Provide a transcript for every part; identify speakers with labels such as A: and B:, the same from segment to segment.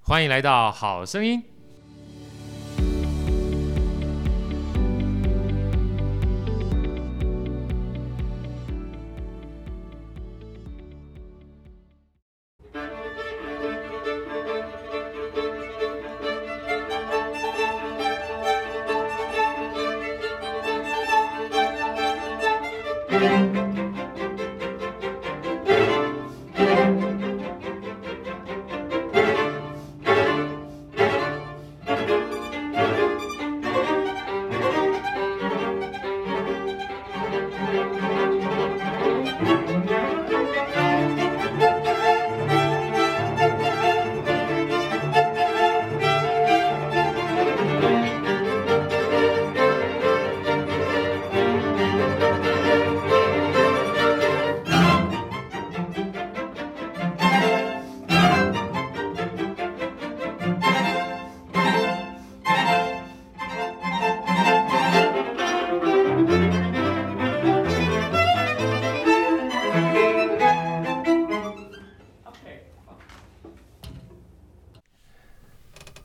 A: 欢迎来到《好声音》。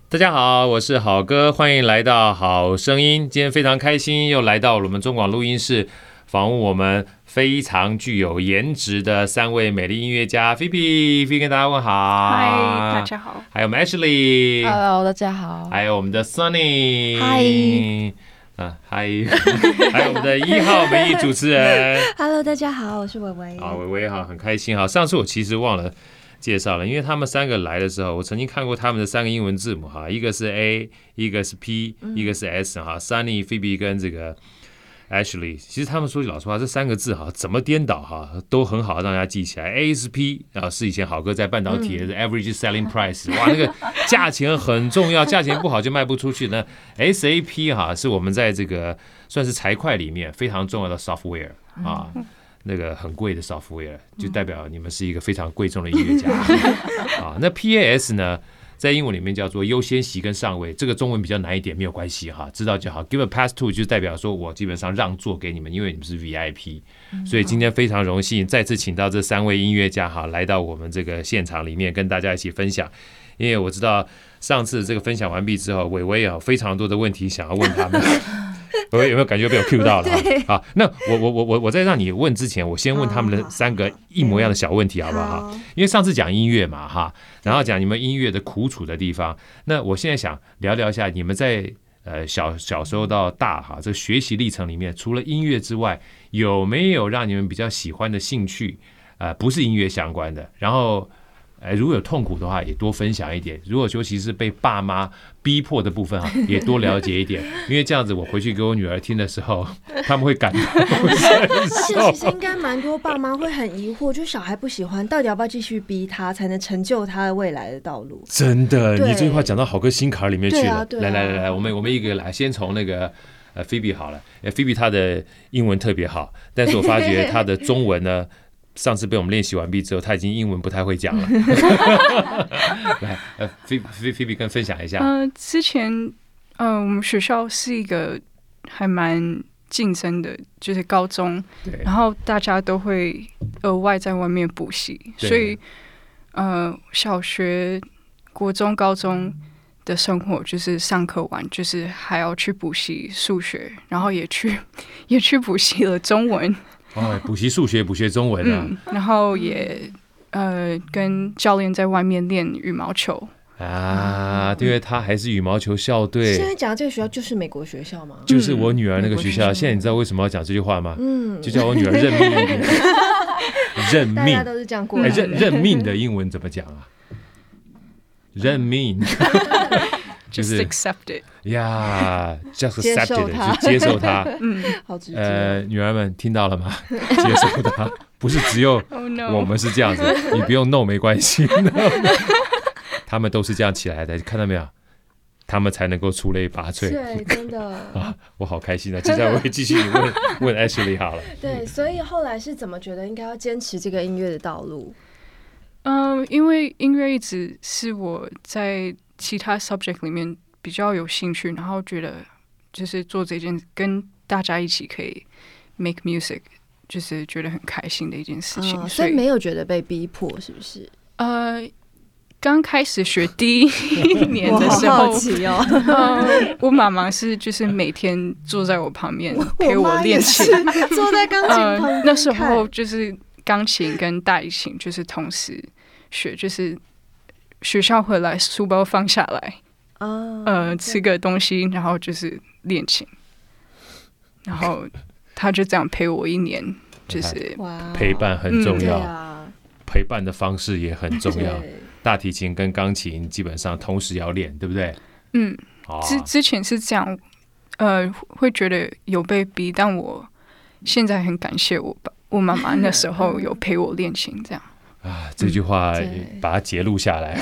A: 大家好，我是好哥，欢迎来到《好声音》。今天非常开心，又来到我们中广录音室，访问我们非常具有颜值的三位美丽音乐家菲菲，菲跟大家问好。
B: 嗨，
A: 啊
B: 大家呃好。
A: 还有我们 Ashley，
C: Hello，大家好。
A: 还有我们的 Sunny，嗨，啊嗨， 还有我们的一号美女主持人，
C: Hello，大家好，我是伟伟。
A: 啊，伟伟哈，很开心哈。上次我其实忘了介绍了，因为他们三个来的时候，我曾经看过他们的三个英文字母哈，一个是 A，一个是 P，一个是 S 哈。Sunny、Phoebe 跟这个 Ashley，其实他们说句老实话，这三个字哈，怎么颠倒哈，都很好让大家记起来。A 是 P 啊，是以前好哥在半导体的 average selling price，哇，那个价钱很重要，价钱不好就卖不出去。那 SAP 哈，是我们在这个算是财会里面非常重要的 software 啊。那个很贵的 software，就代表你们是一个非常贵重的音乐家啊。那 PAS 呢，在英文里面叫做优先席跟上位，这个中文比较难一点，没有关系哈，知道就好。Give a pass to 就代表说我基本上让座给你们，因为你们是 VIP，所以今天非常荣幸再次请到这三位音乐家哈来到我们这个现场里面跟大家一起分享，因为我知道上次这个分享完毕之后，伟伟啊非常多的问题想要问他们。伟 伟有没有感觉被我 Q 到了啊？好，那我我我我我在让你问之前，我先问他们的三个一模一样的小问题，好不好？因为上次讲音乐嘛，哈，然后讲你们音乐的苦楚的地方，那我现在想聊聊一下你们在呃小小时候到大哈这个学习历程里面，除了音乐之外，有没有让你们比较喜欢的兴趣？呃，不是音乐相关的，然后。呃，如果有痛苦的话，也多分享一点；如果尤其是被爸妈逼迫的部分 啊，也多了解一点，因为这样子我回去给我女儿听的时 候，他们会感同身
C: 是，
A: 受
C: 其。实应该蛮多爸妈会很疑 惑，就小孩不喜欢，到底要不要继续逼他，才能成就他的未来的道路？
A: 真的，
C: 对
A: 你这句话讲到好哥心坎儿里面去
C: 对
A: 了。
C: 啊对啊
A: 来来来来，我们我们一个一个来，先从那个呃菲比好了。呃菲比她的英文特别好，但是我发觉她的中文 呢，上次被我们练习完毕之后，她已经英文不太会讲 了。来，呃菲菲菲比跟分享一下。
C: 嗯
B: 呃，之前呃，我们学校是一个还蛮竞争的，就是高中，
A: 对，
B: 然后大家都会额外在外面补习，
A: 对
B: 所以呃，小学、国中、高中的生活就是上课完，就是还要去补习数学，然后也去 也去补习了中文，
A: 哦，补习数学，补学中文啊。
B: 嗯，然后也
A: 嗯
B: 呃跟教练在外面练羽毛球，
C: 嗯
A: 啊，因为她还是羽毛球校
C: 是因
A: 队，
C: 为讲到这个学校就是美国学校吗？
A: 就是我女儿那个学校。
B: 美国学校
A: 现在你知道为什么要讲这句话吗？
C: 嗯，
A: 就叫我女儿认命一点， 认
C: 大
A: 命
C: 家。都是嗯这样过
A: 哎，
C: 来
A: 认
C: 的。
A: 认命的英文怎么讲啊？认命就是
B: just accept it。
A: 呀，just
C: 接
A: accept
C: 受
A: it，
C: 它
A: 就接受 它。
B: 嗯
C: 好直接。
A: 呃，女儿们听到了吗？接受它，不是只有
B: ，Oh no，
A: 我们是这样子，你不用弄没关系。 他们都是这样起来的，看到没有？他们才能够出类拔萃。
C: 对，真 的，
A: 啊，我好开心啊！接下来我会继续问问 Ashley 好了。
C: 对，哎所以后来是怎么觉得应该要坚持这个音乐的道路？
B: 嗯，因为音乐一直是我在其他 subject 里面比较有兴趣，然后觉得就是做这件跟大家一起可以 make music，就是觉得很开心的一件事情。
C: 啊，所
B: 所
C: 以没有觉得被逼迫，是不是？
B: 呃，刚开始学第一年
C: 我
B: 的时
C: 好
B: 候
C: 好，奇哦，
B: 嗯，我妈妈是就是每天坐在我旁边陪
C: 我
B: 我
C: 妈也
B: 练
C: 是
B: 琴。
C: 坐在钢琴旁
D: 嗯
C: 边、
B: 呃，那时候，就是钢琴跟大提琴就是同时学，就是学校回来书包放下来，
C: 啊，
B: 呃，吃个东西，然后就是练琴，然后他就这样陪我一年，就是
C: 哇，
A: 陪伴很重
C: 对
A: 要，
C: 啊，
A: 陪伴的方式也很重嗯要。
C: 对
A: 大提琴跟钢琴基本上同时要练，对不对？
B: 嗯，
A: 啊，
B: 之之前是这样，呃，会觉得有被逼，但我现在很感谢我爸。我妈妈那时候有陪我练琴，这样。
A: 啊，这句话
C: 嗯对
A: 把它截录下 来，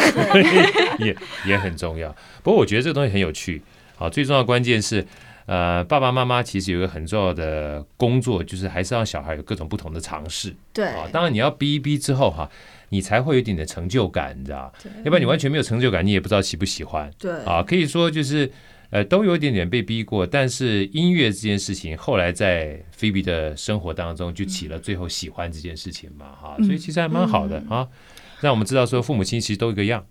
A: 也也很重要。不过我觉得这个东西很有趣。好，最重要的关键是，呃，爸爸妈妈其实有一个很重要的工作，就是还是让小孩有各种不同的尝试。
C: 对
A: 啊，当然你要逼一逼之后哈、你才会有一点的成就感，你知道吧
C: 对
A: 要不然你完全没有成就感，你也不知道喜不喜欢。
C: 对
A: 啊，可以说就是呃都有一点点被逼过，但是音乐这件事情后来在菲比的生活当中就起了最后喜欢这件事情嘛，哈、所以其实还蛮好的、啊，让我们知道说父母亲其实都一个样，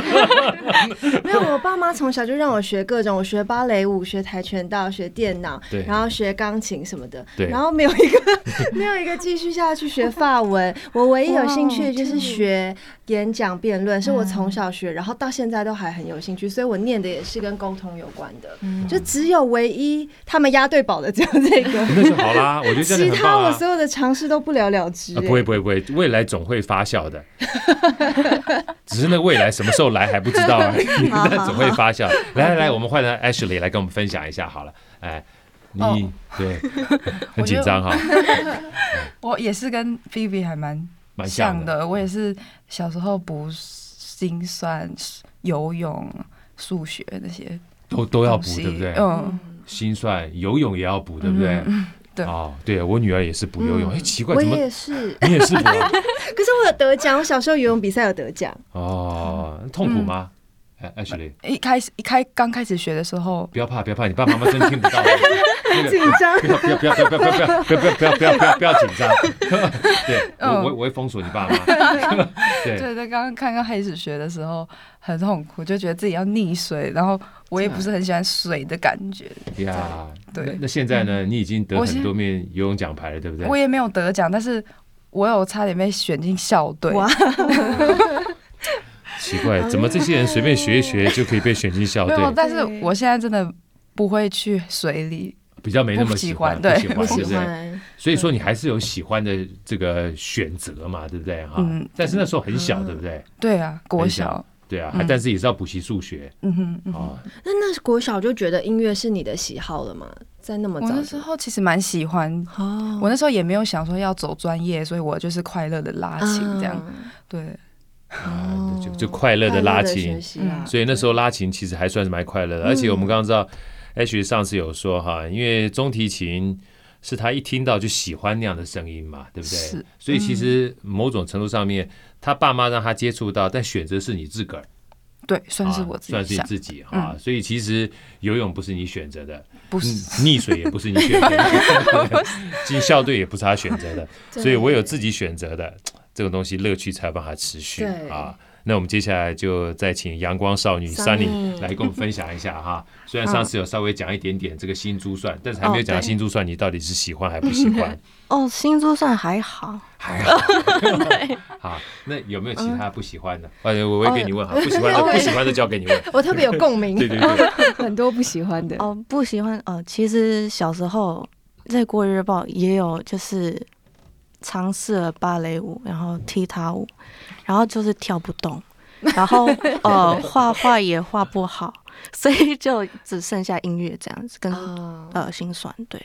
C: 没有，我爸妈从小就让我学各种，我学芭蕾舞，学跆拳道，学电脑
A: 对，
C: 然后学钢琴什么的，
A: 对
C: 然后没有一个 没有一个继续下去学法文。我唯一有兴趣的就是学演讲辩论，是我从小学，然后到现在都还很有兴趣，所以我念的也是跟沟通有关的，就只有唯一他们押对宝的只有
A: ，
C: 这个
A: 那就好啦，我觉得这
C: 其
A: 样很
C: 他
A: 棒
C: 我
A: 啊
C: 所。有的尝试都不了了之、
A: 啊，不会
C: 哎
A: 不会不会，未来总会发酵的，只是那未来什么时候来还不知道而已，
C: 好
A: 但总会发酵。来来来，我们换成 Ashley 来跟我们分享一下好了，哎，你
D: 哦
A: 对很
D: 我觉
A: 紧
D: 得
A: 张哈，
D: 我也是跟 Phoebe 还蛮
A: 蛮
D: 像
A: 的，
D: 的，我也是小时候补心算、游泳、数学那些
A: 都都要
D: 东
A: 补
D: 西，
A: 对不对？
D: 嗯，
A: 心算、游泳也要补，对不对？
D: 对
A: 哦，对我女儿也是补游泳，
C: 嗯
A: 哎，奇怪，
C: 我
A: 怎么
C: 也是，
A: 你也是补啊？
C: 可是我有得奖，我小时候游泳比赛有得 奖，
A: 哦，痛苦吗？哎，Ashley，
C: 嗯
D: 一开始一开刚开始学的时候，
A: 不要怕，不要怕，你爸爸妈妈真听不到的。那
C: 紧
A: 个
C: 张。
A: 不要不要不要不要不要不要不要不要不要不要不要紧张，对我
D: 嗯
A: 我我会封锁你爸妈，对
D: 对对，刚刚刚刚开始学的时候很痛苦，就觉得自己要溺水，然后我也不是很喜欢水的感觉，
A: 呀，
D: 对
A: 那那现在呢？你已经得
D: 我
A: 很
D: 现
A: 多面游泳奖牌了，对不对
D: 我？也没有得奖，但是我有差点被选进校队，
C: 哇
A: 奇怪，怎么这些人随便学一学就可以被选进校
D: 没有，
A: 队？
D: 但是我现在真的不会去水里，
A: 比较没那么
D: 不喜
A: 喜欢，
D: 欢对
A: 不
D: 不
A: 喜欢，对
C: 喜
A: 不对？
C: 欢，
A: 所以说你还是有喜欢的这个选择嘛，对不对哈？
D: 嗯
A: 但是那时候很小，对不对？
D: 对啊，国
A: 很小
D: 小，
A: 对啊，
D: 嗯
A: 还但是也是要补习数学
D: 嗯哼嗯哼。
A: 啊。
C: 那那国小就觉得音乐是你的喜好了吗？在那么
D: 我
C: 早
D: 那
C: 的
D: 时候其实蛮喜欢，
C: 哦
D: 我那时候也没有想说要走专业，所以我就是快乐的拉琴这样。
C: 嗯
D: 对，
A: 啊，就就
C: 哦
A: 快乐的拉琴
C: 学，习啦
D: 嗯
A: 所以那时候拉琴其实还算是蛮快乐的。而且我们刚刚知道，H 上次有说哈，因为中提琴是他一听到就喜欢那样的声音嘛，对不对
D: 是？嗯
A: 所以其实某种程度上面，他爸妈让他接触到，但选择是你自个儿，
D: 对，算是
A: 啊
D: 我自
A: 算
D: 己
A: 是你
D: 想，嗯
A: 自己啊。所以其实游泳不是你选择的，
D: 不
A: 嗯
D: 是。
A: 溺水也不是你选择的，进校队也不是他选择的，所以我有
C: 嗯
A: 自己选择的这种东西，乐趣才有办法持续
C: 对
A: 啊。那我们接下来就再请阳光少女
C: Sunny
A: Sunny 来跟我们分享一下哈。虽然上次有稍微讲一点点这个新珠算，但是还没有讲到新珠算你到底是喜欢还不喜欢，
E: 哦，星座算还好，
A: 还好。好，那有没有其他不喜欢的？呃，我会给你问哈，不喜欢的不喜欢的交给你问。
C: 我特别有共鸣。
A: 对对对，
F: 很多不喜欢的。
A: 嗯
E: 哦，不喜欢哦。其实小时候在过日报也有，就是尝试了芭蕾舞，然后踢踏舞，然后就是跳不动，然 后呃画画也画不好，所以就只剩下音乐这样子
D: 嗯
E: 跟、
A: 哦
C: 啊，
E: 呃心酸。对，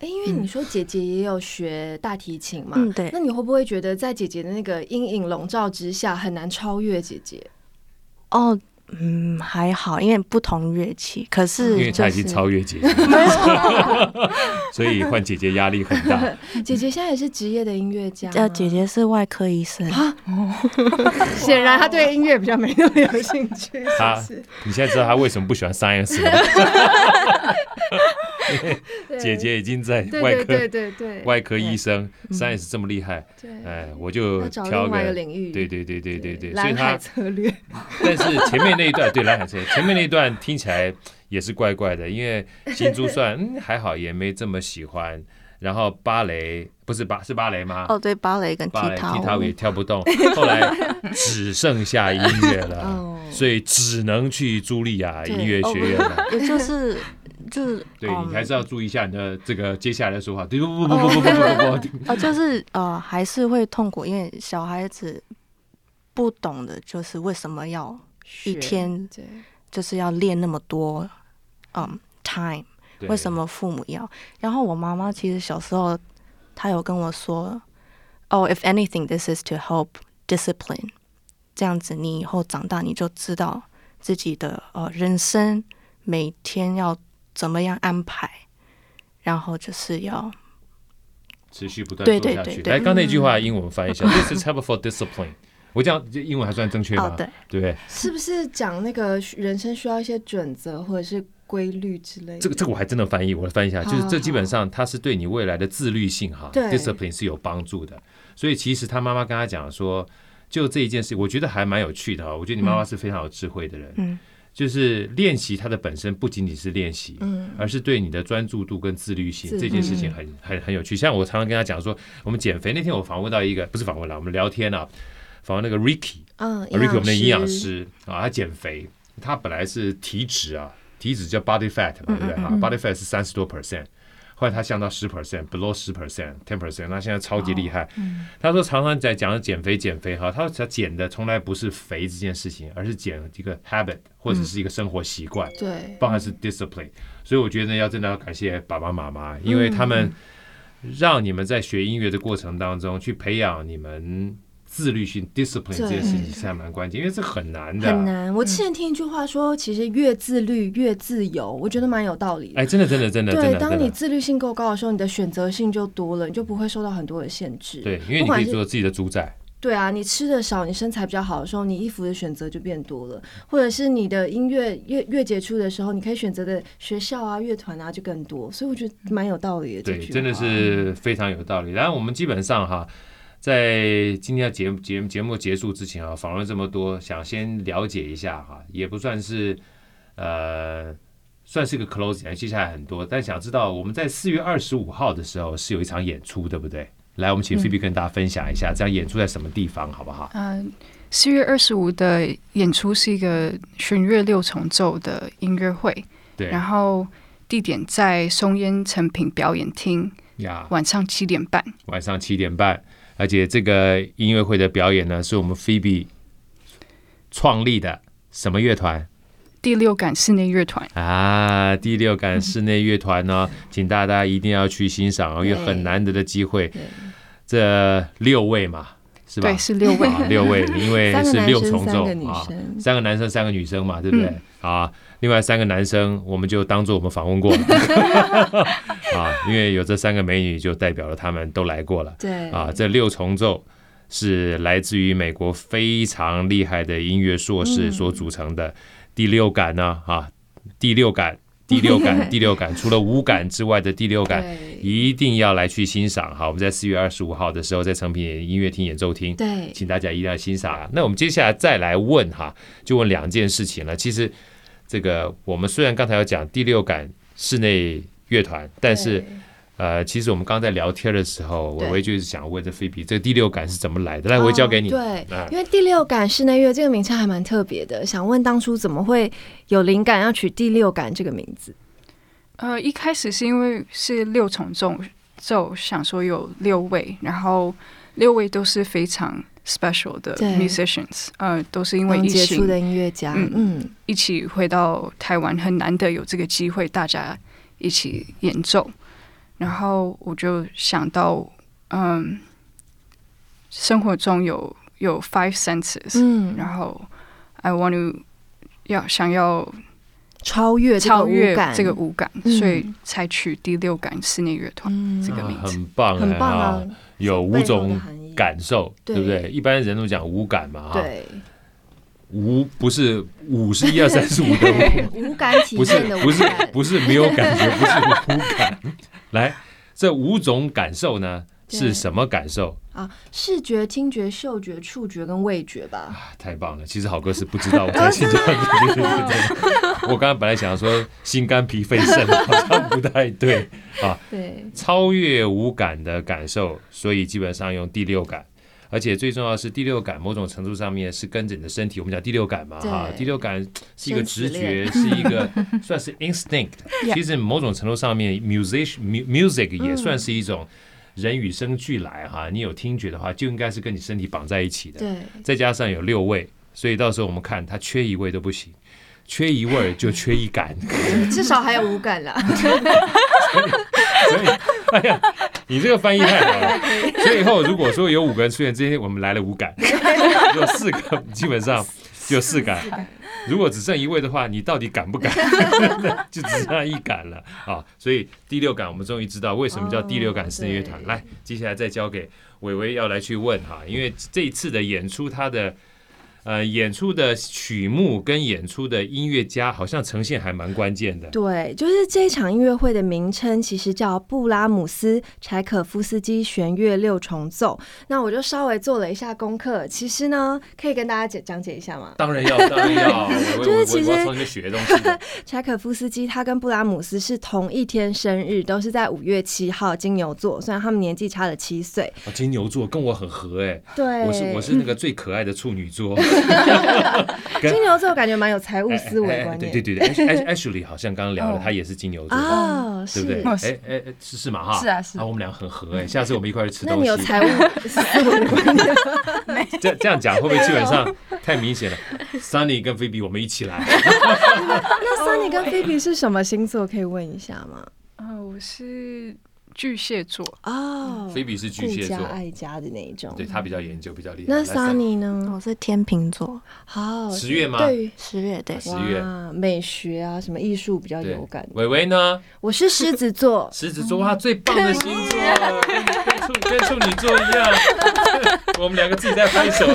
C: 哎，因为你说姐姐也有学大提琴嘛，
E: 嗯对
C: 那你会不会觉得在姐姐的那个阴影笼罩之下，很难超越姐姐？
E: 哦。嗯，还好，因为不同乐器，可是、
A: 因
E: 就是、
A: 为他已经超越姐姐了， 所以换姐姐压力很大。
D: 嗯
C: 姐姐现在也是职业的音乐家吗，
D: 啊
E: 呃，姐姐是外科医生，
A: 啊
C: 显然她对音乐比较没那么有兴趣，是
A: 她
C: 不是？
A: 你现在知道他为什么不喜欢 science 了吗？
C: 对
A: 姐姐已经在
C: 对
A: 外
C: 对
A: 科
C: 对对对，嗯
A: 外科医生，science 这么厉害，
C: 对
A: 哎，我就
C: 要找
A: 挑
C: 另外一个
A: 个。
C: 领域，
A: 对对对对对对，所以
C: 蓝海
A: 他
C: 策略，
A: 但是前面那一段对蓝海策略，前面那一段听起来也是怪怪的，因为新珠算嗯还好，也没这么喜欢。然后芭蕾不是芭是芭蕾吗？
E: 哦，对，芭蕾跟踢
A: 芭蕾
E: 踏
A: 踢踏舞也
E: 舞，
A: 跳不动，后来只剩下音乐了，
C: 哦
A: 所以只能去茱莉亚
E: 对
A: 音乐学院了。
E: 也就是就是
A: 对
E: 嗯
A: 你还是要注意一下你的这个接下来的说话。对不不不不不不不不不，
E: 哦，就是呃，还是会痛苦，因为小孩子不懂的，就是为什么要一
C: 学
E: 天
C: 对
E: 就是要练那么多，嗯，time，
A: 对
E: 为什么父母要？然后我妈妈其实小时候，她有跟我说，哦、i f anything, this is to help discipline，这样子你以后长大你就知道自己的呃人生每天要怎么样安排，然后就是要
A: 持续不断
E: 对
A: 做
E: 对
A: 下
E: 对
A: 去？
E: 对
A: 来，刚才那句话英文翻译一下，This is helpful discipline。我这样这英文还算正确
E: 哦
A: 吗？
E: 对。
A: 对不对，
C: 是不是讲那个人生需要一些准则或者是规律之类的？
A: 这个这
C: 个
A: 个我还真的翻译，我翻译一下，就是
C: 好
A: 这基本上它是对你未来的自律性哈
C: 对
A: ，discipline 是有帮助的。所以其实他妈妈跟他讲说，就这一件事，我觉得还蛮有趣的哈。我觉得你
C: 嗯
A: 妈妈是非常有智慧的人，
E: 嗯，
A: 就是练习它的本身不仅仅是练习，
C: 嗯，
A: 而是对你的专注度跟自律性
C: 自嗯律
A: 这件事情很很很有趣。像我常常跟他讲说，我们减肥那天我访问到一个不是访问了，我们聊天啊，访问那个 Ricky，
C: 嗯
A: Ricky 我们的营养，师啊，他减肥，他本来是体脂啊，体脂叫 body fat 嘛，对不对啊？body fat 是三十多 percent，后来他降到十 percent，below 十 percent，ten percent，那现在超级厉害。他说常常在讲减肥减肥哈，他说他减的从来不是肥这件事情，而是减一个 habit 或者是一个生活习惯。
C: 对
A: 包含是 discipline。所以我觉得要真的要感谢爸爸妈妈，
C: 嗯
A: 因为他们让你们在学音乐的过程当中去培养你们自律性 discipline 这件事情是还蛮关键，因为这很难的。
C: 很难。我之前听一句话说，其实越自律越自由，我觉得蛮有道理的。
A: 哎，真的，真的，真的，真
C: 对，
A: 的，
C: 当
A: 真
C: 你
A: 的，
C: 自律性够高的时候，你的选择性就多了，你就不会受到很多的限制。
A: 对，因为你
C: 不
A: 可
C: 管
A: 以
C: 是
A: 做自己的主宰。
C: 对啊，你吃的少，你身材比较好的时候，你衣服的选择就变多了，或者是你的音乐越越杰出的时候，你可以选择的学校啊、乐团啊就更多，所以我觉得蛮有道理的。
A: 对，
C: 这句
A: 真的
C: 话
A: 是非常有道理。然后我们基本上哈，在今天的节目节目节目结束之前啊，访问这么多，想先了解一下哈，也不算是呃，算是个 closing，接下来很多，但想知道我们在四月二十五号的时候是有一场演出，对不对？来，我们请菲比跟大家分享一下，这样演出在什么地方，好不好？
B: 嗯，四月二十五的演出是一个弦乐六重奏的音乐会，
A: 对
B: 然后地点在松烟成品表演厅，
A: 呀，
B: 晚上七点半。
A: 晚上七点半，而且这个音乐会的表演呢，是我们菲比创立的什么乐团？
B: 第六感室内乐团，
A: 啊，第六感室内乐团呢、请大家一定要去欣赏哦，因为很难得的机会。这六位嘛，是吧
B: 对，？是六 位。
A: 啊，六 位，因为
C: 三个
A: 是
C: 男
A: 六
C: 生，
A: 重
C: 三
A: 奏
C: 个女
A: 啊，
C: 生，嗯
A: 三个男生，三个女生嘛，对不对？啊，另外三个男生，我们就当做我们访问 过了啊，因为有这三个美女，就代表了他们都来过了。
C: 对
A: 啊，这六重奏是来自于美国非常厉害的音乐硕士
C: 嗯
A: 所组成的。第六感呢、啊，第六感，第六 感，第六感，除了五感之外的第六感，
C: 对
A: 一定要来去欣赏。好，我们在四月二十五号的时候，在成品音乐厅演奏厅，
C: 对
A: 请大家一定要欣赏。啊那我们接下来再来问哈，就问两件事情了。其实这个我们虽然刚才有讲第六感室内乐团，但是。
C: 对
A: 呃，其实我们刚才聊天的时候，
C: 对
A: 伟伟就是想问这菲比，这个第六感是怎么来的？来，我交给你。
C: 哦对
A: 哎，
C: 因为第六感室内乐这个名称还蛮特别的，想问当初怎么会有灵感要取第六感这个名字？
B: 呃，一开始是因为是六重奏，奏想说有六位，然后六位都是非常 special 的
C: 对
B: musicians，呃，都是因为
C: 刚
B: 疫
C: 嗯杰出的
B: 情
C: 音乐家，
B: 嗯
C: 嗯，
B: 一起回到台湾，很难得有这个机会，大家一起演奏。然后我就想到，嗯，生活中有有 five senses，、
C: 嗯，
B: 然后 I want to 要想要
C: 超越这个
B: 超越
C: 五感，
B: 这个五感，
C: 嗯
B: 所以才取第六感室内乐团。
C: 嗯
B: 这个名字
A: 很棒、哎
C: 很棒
A: 啊
C: 啊，
A: 有五
C: 背后的
A: 种
C: 含义，
A: 感受，啊
C: 对
A: 对不对？一般人都讲五感嘛，哈。
C: 对
A: 无不是五是一二三四五的
C: 对
A: 五，
C: 无感 体
A: 不是
C: 验的无
A: 不是
C: 感，
A: 不是没有感 觉，不是无感。来，这五种感受呢
C: 对
A: 是什么感受？
C: 啊，视觉、听觉、嗅觉、触觉跟味觉吧。
A: 啊太棒了！其实好哥是不知道，我才请教你。对 对对对我刚刚本来想说心肝脾肺肾，好像不太对。
C: 对，
A: 超越五感的感受，所以基本上用第六感。而且最重要的是，第六感某种程度上面是跟着你的身体。我们讲第六感嘛，
C: 对
A: 哈，第六感是一个
C: 生死
A: 直觉，
C: 恋
A: 是一个 算是 instinct。其实某种程度上面，music mu-
C: 嗯
A: music 也算是一种人与生俱来哈。你有听觉的话，就应该是跟你身体绑在一起的。
C: 对，
A: 再加上有六位，所以到时候我们看它缺一位都不行，缺一位儿就缺一感。
C: 至少还有五感啦。
A: 所以，哎呀，你这个翻译太好了。所以以后如果说有五个人出现，这些我们来了五感，有四个，基本上就四感。如果只剩一位的话，你到底敢不敢？ 就只剩下一感了啊！所以第六感，我们终于知道为什么叫第六感室内乐团。
C: 哦对
A: 来，接下来再交给伟伟要来去问哈，因为这一次的演出，他的。呃，演出的曲目跟演出的音乐家好像呈现还蛮关键的。
C: 对，就是这一场音乐会的名称其实叫布拉姆斯柴可夫斯基弦乐六重奏。那我就稍微做了一下功课，其实呢，可以跟大家讲讲解一下吗？
A: 当然要， 当然要，我
C: 就是
A: 我
C: 其实
A: 我我要从你学东西的。
C: 柴可夫斯基他跟布拉姆斯是同一天生日，都是在五月七号，金牛座。虽然他们年纪差了七岁，
A: 哦金牛座跟我很合哎、
C: 对，
A: 我是我是那个最可爱的处女 座，
C: 啊金牛座，感觉蛮有财务思
A: 哎哎
C: 维
A: 哎
C: 观念。
A: 对对对对，Ash- Ash-，Ashley 好像刚刚聊了，
D: 哦
A: 他也是金牛座，
C: 啊，
A: 对
C: 是
A: 不对？
D: 是
A: 哎哎哎，是是嘛哈？
D: 是啊是
A: 我们俩很合哎，下次我们一块儿吃
C: 那
A: 东
C: 你有
A: 西。
C: 财务思 维的观念？
A: 这这样讲会不会基本 上太明显了？Sunny 跟 Phoebe 我们一起来，
C: 那 Sunny
A: 哦
C: 跟 Phoebe 是什么星座？可以问一下吗？
B: 啊，我是巨蟹座，
C: 哦，
A: 菲比是巨蟹座
C: 顾家爱家的那一种。哦
A: 对他比较研究，比较厉害。
C: 那
A: 来
C: Sunny 呢？
E: 我是天秤座，
C: 好，
A: 十月吗
C: 对于
E: 十月对，
A: 十月
C: 哇美学啊，什么艺术比较有感。
A: 伟伟呢？，
C: 我是狮子座
A: 狮子座哇，最棒的星座，跟处跟处女座一 样。我们两个自己在拍手，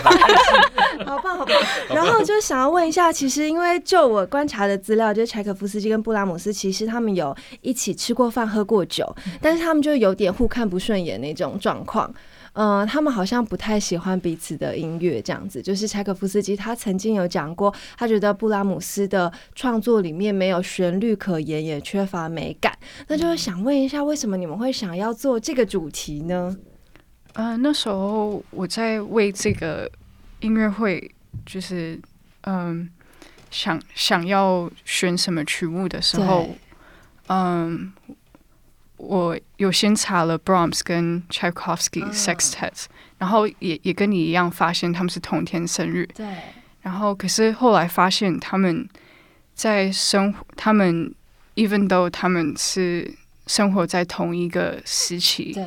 C: 好棒好棒。然后就想要问一下，其实因为就我观察的资料，就是柴可夫斯基跟布拉姆斯，其实他们有一起吃过饭、喝过酒，但是他们就有点互看不顺眼那种状况。嗯、他们好像不太喜欢彼此的音乐，这样子。就是柴可夫斯基他曾经有讲过，他觉得布拉姆斯的创作里面没有旋律可言，也缺乏美感。那就是想问一下，为什么你们会想要做这个主题呢？
B: 啊、那时候我在为这个音乐会，就是嗯，想想要选什么曲目的时候
C: 对，
B: 嗯，我有先查了 Brahms 跟 Tchaikovsky
C: 嗯
B: Sextet，、然后也也跟你一样发现他们是同天生日，
C: 对，
B: 然后可是后来发现他们在生活，他们 even though 他们是生活在同一个时期，
C: 对，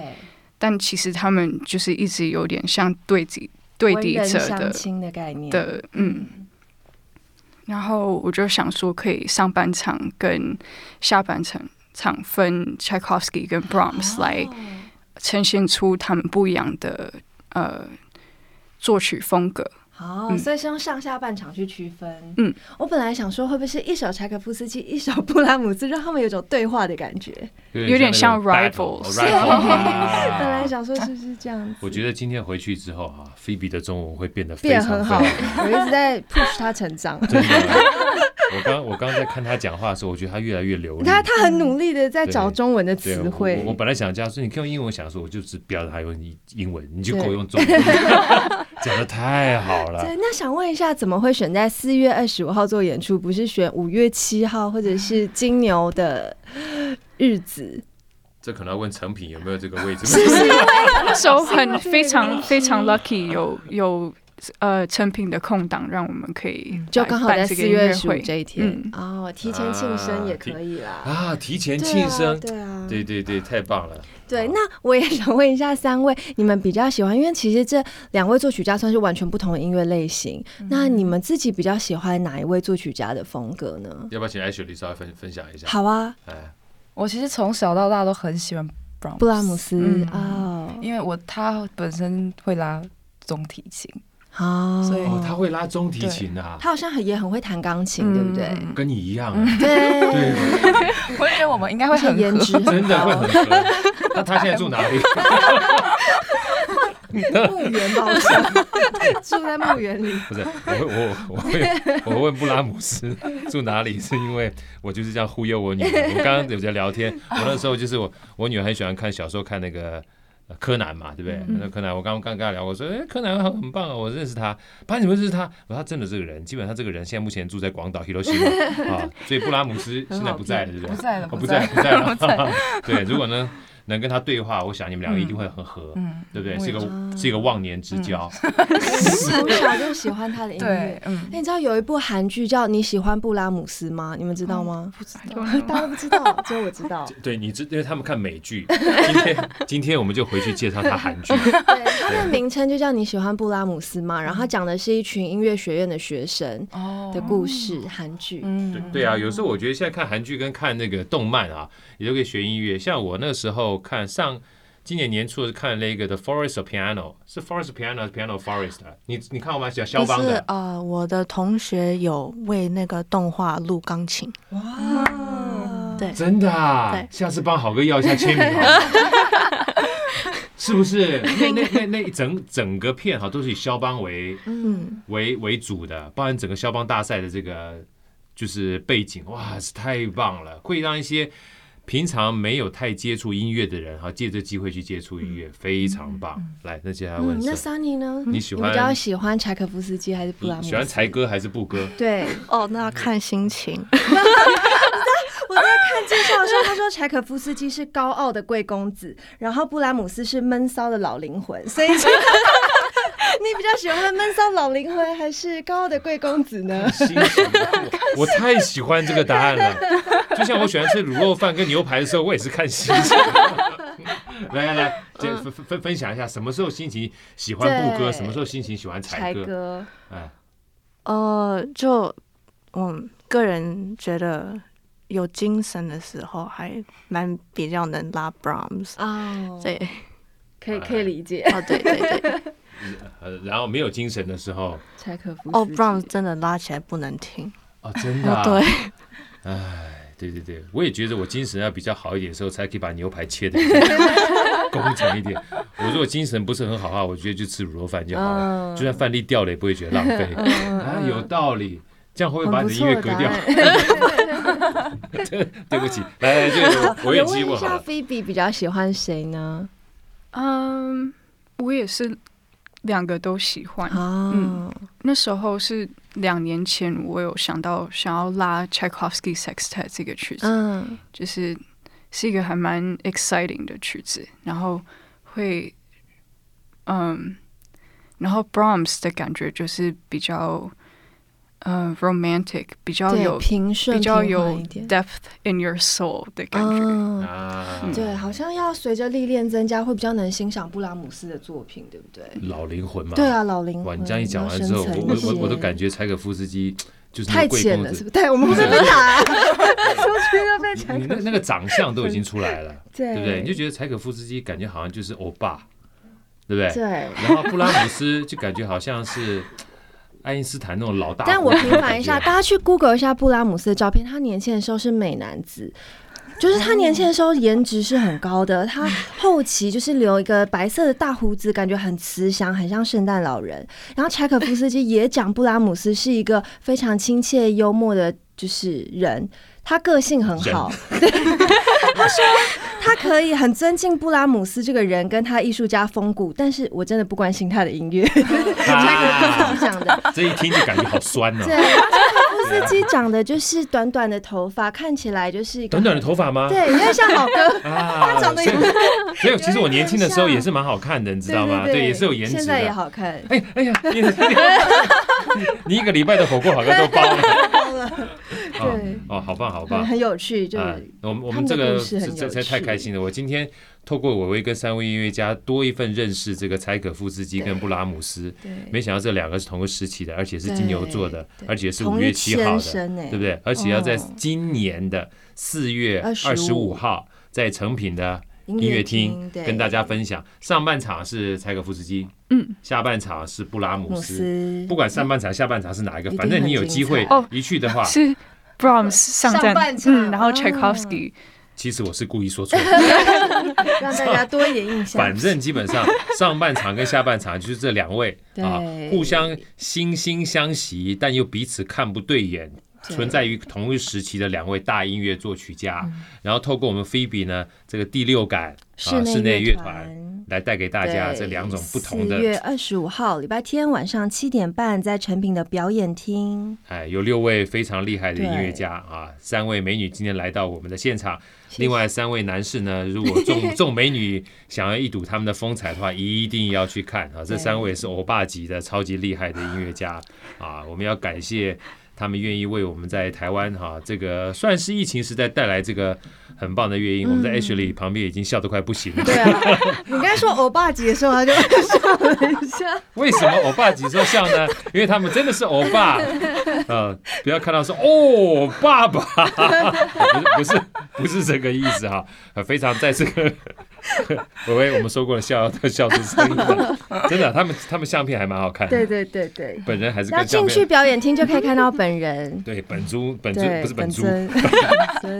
B: 但其实他们就是一直有点像对敌对敌者
C: 相
B: 的
C: 亲的概念，
B: 的嗯。然后我就想说，可以上半场跟下半场场分 Tchaikovsky 跟 Brahms
C: 哦
B: 来呈现出他们不一样的呃作曲风格。
C: 哦，
B: 嗯
C: 所以是用上下半场去区分。
B: 嗯，
C: 我本来想说会不会是一首柴可夫斯基，一首布拉姆斯，让他们有种对话的感觉。
A: 有点像那个
B: 有点像
A: battle，
B: rivals
A: 哦 rival
C: 本 来想说是不是这样子，
A: 我觉得今天回去之后哈、菲比的中文会变得非
C: 变
A: 常
C: 很好，
A: 非常
C: 我一直在 push 他成长。
A: 真的。我刚我刚在看他讲话的时候，我觉得他越来越流利。
C: 你看他很努力的在
A: 对
C: 找中文的
A: 对
C: 词
A: 我
C: 汇
A: 我我，本来想这样说，你可以用英文想说，我就只标着他用英英文，你就给我
C: 对
A: 用中 文，讲的太好了。
C: 对，那想问一下，怎么会选在四月二十五号做演出，不是选五月七号或者是金牛的日子？
A: 这可能要问成品有没有这个位置。
B: 那时候很
C: 是因为
B: 非
C: 这个
B: 常
C: 东西
B: 非常 lucky，有有呃成品的空档，让我们可以
C: 嗯就
B: 来
C: 刚好
B: 办这
C: 在
B: 个
C: 四
B: 音
C: 月
B: 乐
C: 十五
B: 会
C: 这一天
B: 嗯
C: 哦，提前庆生也可以啦。
A: 啊，提前
C: 对啊
A: 庆生，
C: 对啊，
A: 对对对，太棒了。
C: 对，那我也想问一下三位，你们比较喜欢，因为其实这两位作曲家算是完全不同的音乐类型，那你们自己比较喜欢哪一位作曲家的风格呢？
A: 要不要请 Ashley 稍微分分享一下？
C: 好啊，
A: 哎，
D: 我其实从小到大都很喜欢 Brown，
C: 布拉姆斯
B: 嗯
C: 哦，
D: 因为我他本身会拉中提琴，
C: 啊，
D: 所以
A: 哦，他会拉中提琴啊，
C: 他好像很也很会弹钢琴，
D: 嗯
C: 对不 对？
A: 跟你一样
C: 嗯
A: 啊，
C: 对，
A: 对，
D: 我觉得我们应该会
C: 而且
D: 很
C: 颜
D: 合
C: 值很
A: 真的会
C: 高，
A: 很合。那他现在住哪里？
C: 墓园吧，我想 住在墓 园里。
A: 不是，我会我我会我问布拉姆斯住哪里，是因为我就是这样忽悠我女儿。我刚刚有在聊天，我那时候就是我我女儿很喜欢看小时候看那个。呃柯南嘛，对不
D: 嗯
A: 对？那柯南，我刚刚跟他聊，我说，哎，柯南很很棒啊，我认识他。爸，你们认识他？我说他真的这个人，基本上这个人现在目前住在广岛 Hiroshima 啊，所以布拉姆斯现在不在了，对不对？
D: 不在了，
A: 哦，不在
D: 在，
A: 不在了。 对，如果呢能跟他对话，我想你们两个一定会很合，
D: 嗯，
A: 对不对？
D: 我
A: 是一
D: 也
A: 个
D: 觉嗯
A: 是一个忘年之交。
C: 从小就喜欢他的音乐
D: 对。，嗯，
C: 那你知道有一部韩剧叫《你喜欢布拉姆斯》吗？你们知道吗？
D: 不知道
B: I don't
C: 大
B: know
C: 家都不知道，只有我知 道。
A: 对你知，因为他们看美剧。 今天今天我们就回去介绍他韩剧。
C: 对，它的名称就叫《你喜欢布拉姆斯》嘛。然后它讲的是一群音乐学院的学生
D: 哦
C: 的故事，韩剧。
A: 对
D: 嗯，
A: 对啊，有时候我觉得现在看韩剧跟看那个动漫啊，也都可以学音乐。像我那时候看上今年年初看那个《The Forest of Piano》，是《Forest of Piano》Piano Forest 啊。你你看过吗？小肖
E: 就
A: 邦
E: 是
A: 的。
E: 呃，我的同学有为那个动画录钢琴，
C: 哇，嗯
E: 对，
A: 真的啊
E: 对，
A: 下次帮好哥要一下签名好吗， 是不是？那那那那整整个片哈都是以肖邦为
E: 嗯，
A: 为为主的，包含整个肖邦大赛的这个就是背景，哇，是太棒了，会让一些平常没有太接触音乐的人哈，借这机会去接触音乐，非常棒。来，那接下来问
C: 嗯，那
A: Sir，
C: Sunny 呢？
A: 你喜欢
C: 比较喜欢柴可夫斯基还是布拉姆
A: 你
C: 斯？
A: 喜欢才。哥还是不哥？
C: 对，
E: 哦，那要看心情，
C: 我在看介绍的时候，他说柴可夫斯基是高傲的贵公子，然后布拉姆斯是闷骚的老灵魂，所以就 你比较喜欢闷骚老灵魂还是高傲的贵公子呢？
A: 心情， 我我太喜欢这个答案了。就像我喜欢吃卤肉饭跟牛排的时候，我也是看心情。 来来来，这分分分分享一下，什么时候心情喜欢布哥，
C: 对
A: 什么时候心情喜欢才
C: 柴
A: 哥？
C: 哥，
A: 哎，
E: 呃，就我个人觉得有精神的时候还蛮比较能拉 Brahms，
C: 哦，
E: 对，
C: 可以
A: 哎
C: 可以理解。
E: 哦，对对对，
A: 呃，然后没有精神的时候，
C: 柴可夫斯基
E: 哦，Brahms 真的拉起来不能听，
A: 哦，真的、
E: 哦
A: 啊，
E: 对，
A: 哎，对对对，我也觉得我精神要比较好一点的时候，才可以把牛排切的 工整一点。我如果精神不是很好的话，我觉得就吃卤肉饭就好了，
C: 嗯
A: 就算饭粒掉了也不会觉得浪费。啊，有道理。这样会不会把
C: 很
A: 你的
C: 不错
A: 音乐
C: 的
A: 隔
C: 答
A: 掉？
C: 案。
A: 对不起，来来，这个我我也
C: 有
A: 记
C: 哎问
A: 过
C: 一
A: 好
C: 下
A: 了。
C: 菲比比较喜欢谁呢？
B: 嗯，我也是两个都喜欢。
C: 哦，
B: 那时候是两年前，我有想到想要拉 Tchaikovsky Sextet 这个曲子，
C: 嗯，
B: 就是是一个还蛮 exciting 的曲子，然后会，嗯，然后 Brahms 的感觉就是比较，呃，romantic，比较
C: 对，
B: 有
C: 平顺
B: 比较
C: 平
B: 有
C: 缓一点
B: depth in your soul 的感觉。
C: 嗯
A: 啊，
C: 对，好像要随着历练增加，会比较能欣赏布拉姆斯的作品，对不对？
A: 老灵魂嘛。
C: 对。啊，嗯老灵
A: 哇，
C: 魂。
A: 你这样一讲完之后，我我我我都 感觉柴可夫斯基就是那
C: 太
A: 个贵
C: 浅
A: 公
C: 了，是
A: 子
C: 不是？，对，我们会 被打， 出去就被
A: 你
C: 柴
A: 你那
C: 可夫斯基。
A: 那个长相都已经出来了，
C: 对
A: 对不对？你就觉得柴可夫斯基感觉好像就是欧巴，对不对？
C: 对。
A: 然后布拉姆斯就感觉好像是爱因斯坦那种老大。
C: 但我平反一 下，大，家去 Google 一下布拉姆斯的照片，他年轻的时候是美男子。就是他年轻的时候颜值是很高的，他后期就是留一个白色的大胡子，感觉很慈祥，很像圣诞老人。然后柴可夫斯基也讲布拉姆斯是一个非常亲切幽默的，就是人，他个性很好。对， 他说他可以很尊敬布拉姆斯这个人跟他艺术家风骨，但是我真的不关心他的音乐， 柴可夫斯基
A: 啊
C: 讲的。
A: 这一听就感觉好酸啊呢
C: 对，。 然后柴可夫斯基长的就是短短的头发，看起来就是一个
A: 短短的头发吗？
C: 对，有点像好 哥，
A: 啊，
C: 长得有
A: 所以所以其实我
C: 有一点
A: 年轻的时候
C: 像
A: 也是蛮好看的，你知道吗？
C: 对，
A: 也是有颜值
C: 现在也
A: 的。
C: 好看。
A: 哎哎呀，你 你一个礼拜的火锅好像都包了。 哦
C: 对
A: 哦，好棒好棒
C: 很。很有趣，就是、
A: 啊，我们我
C: 他
A: 们
C: 们
A: 这
C: 的
A: 个
C: 故事
A: 这
C: 很
A: 这
C: 有
A: 才太
C: 趣
A: 开心了。我今天透过伟伟跟三位音乐家多一份认识这个柴可夫斯基跟布拉姆斯，
C: 对，
A: 没想到这两个是同个时期的，而且是金牛座的
C: 对，对
A: 而且是五
C: 同
A: 月
C: 一
A: 七号
C: 先
A: 的，
C: 生呢、哎
A: 对不对？而且要在
C: 哦
A: 今年的四月二十五
C: 25
A: 号在成品的音乐
C: 厅
A: 厅，
C: 对
A: 跟大家分享。上半场是柴可夫斯基，
B: 嗯，
A: 下半场是布拉姆
C: 姆
A: 斯。
C: 斯
A: 不管上半场、下半场是哪一个
C: 一，定
A: 反正你有
C: 很
A: 机
C: 精
A: 会
C: 彩
B: 哦
A: 一去的话，
B: 是 Brahms 上
C: 上
B: 站，
C: 半场
B: 嗯，然后
C: 哦
B: Tchaikovsky，、
A: 其实我是故意 说错的。
C: 让大 家多一点印象。
A: 反正基本 上上半场跟下半场就是这两位
C: 对
A: 啊，互相惺惺相惜，但又彼此看不对眼，
C: 对
A: 存在于同一时期的两位大音乐作曲家。然后透过我们菲比呢这个第六感啊嗯室
C: 室
A: 内
C: 内
A: 乐
C: 乐
A: 团。来带给大家这两种不同
C: 四月
A: 的，
C: 二十五号礼拜天晚上七点半，在成品的表演厅，
A: 哎，有六位非常厉害的
C: 对
A: 音乐家啊，三位美女今天来到我们的现场，
C: 谢
A: 另外三位男士呢，如果 众众美女想要一睹他们的风采的话，一定要去看啊！这
C: 对
A: 三位是欧巴级的超级厉害的音乐家啊！我们要感谢他们愿意为我们在台湾哈、这个算是疫情时代带来这个很棒的乐音。我
C: 嗯
A: 们在 H 里旁边已经笑得快不行了。
C: 对啊，你刚才说欧巴级的时候，他就笑了一下。
A: 为什么欧巴级说笑呢？因为他们真的是欧 巴，呃，不要看到说哦爸爸， 不是不是不是这个意思哈，呃非常在这个， 微微我们说过了，笑要笑出声音了，真的，他们他们相片还蛮好看的，
C: 对对对对，
A: 本人还是
C: 要
A: 跟相
C: 进去
A: 片，，
C: 表演厅就可以看到本人
A: 对本尊 本尊
C: 对，
A: 不是本
C: 本
A: 猪
C: 尊，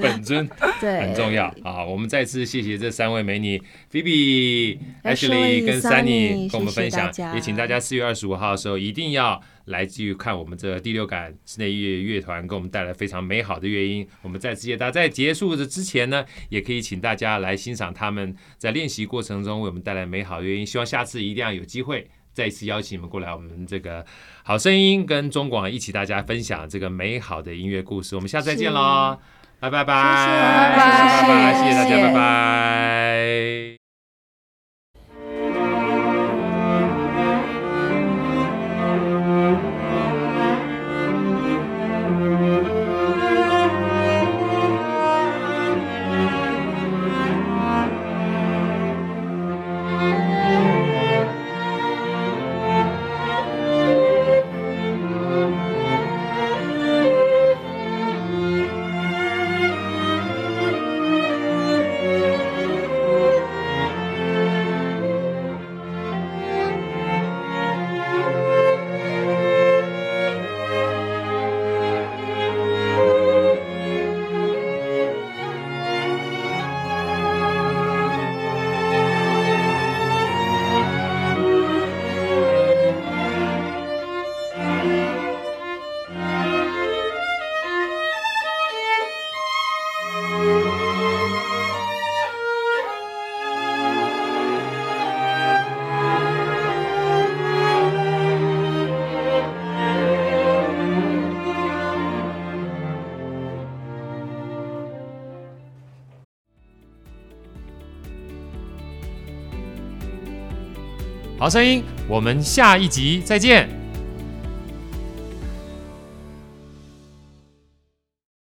A: 本尊
C: 对，
A: 很重要啊！我们再次谢谢这三位美女，Phoebe、Ashley
C: Ashley
A: 跟
C: Sunny，
A: Sunny 跟我们分享
C: 谢谢大，家
A: 也请大家四月二十五号的时候一定要来去看我们这个第六感室内乐乐团给我们带来非常美好的乐音。我们再次谢谢大家。在结束的之前呢，也可以请大家来欣赏他们在练习过程中为我们带来美好的乐音。希望下次一定要有机会。再一次邀请你们过来，我们这个好声音跟中广一起大家分享这个美好的音乐故事。我们下次再见喽！拜拜拜，
C: 拜
B: 拜
A: 拜拜，谢谢大
C: 谢
A: 家，
C: 谢
A: 拜拜。好声音，我们下一集再见。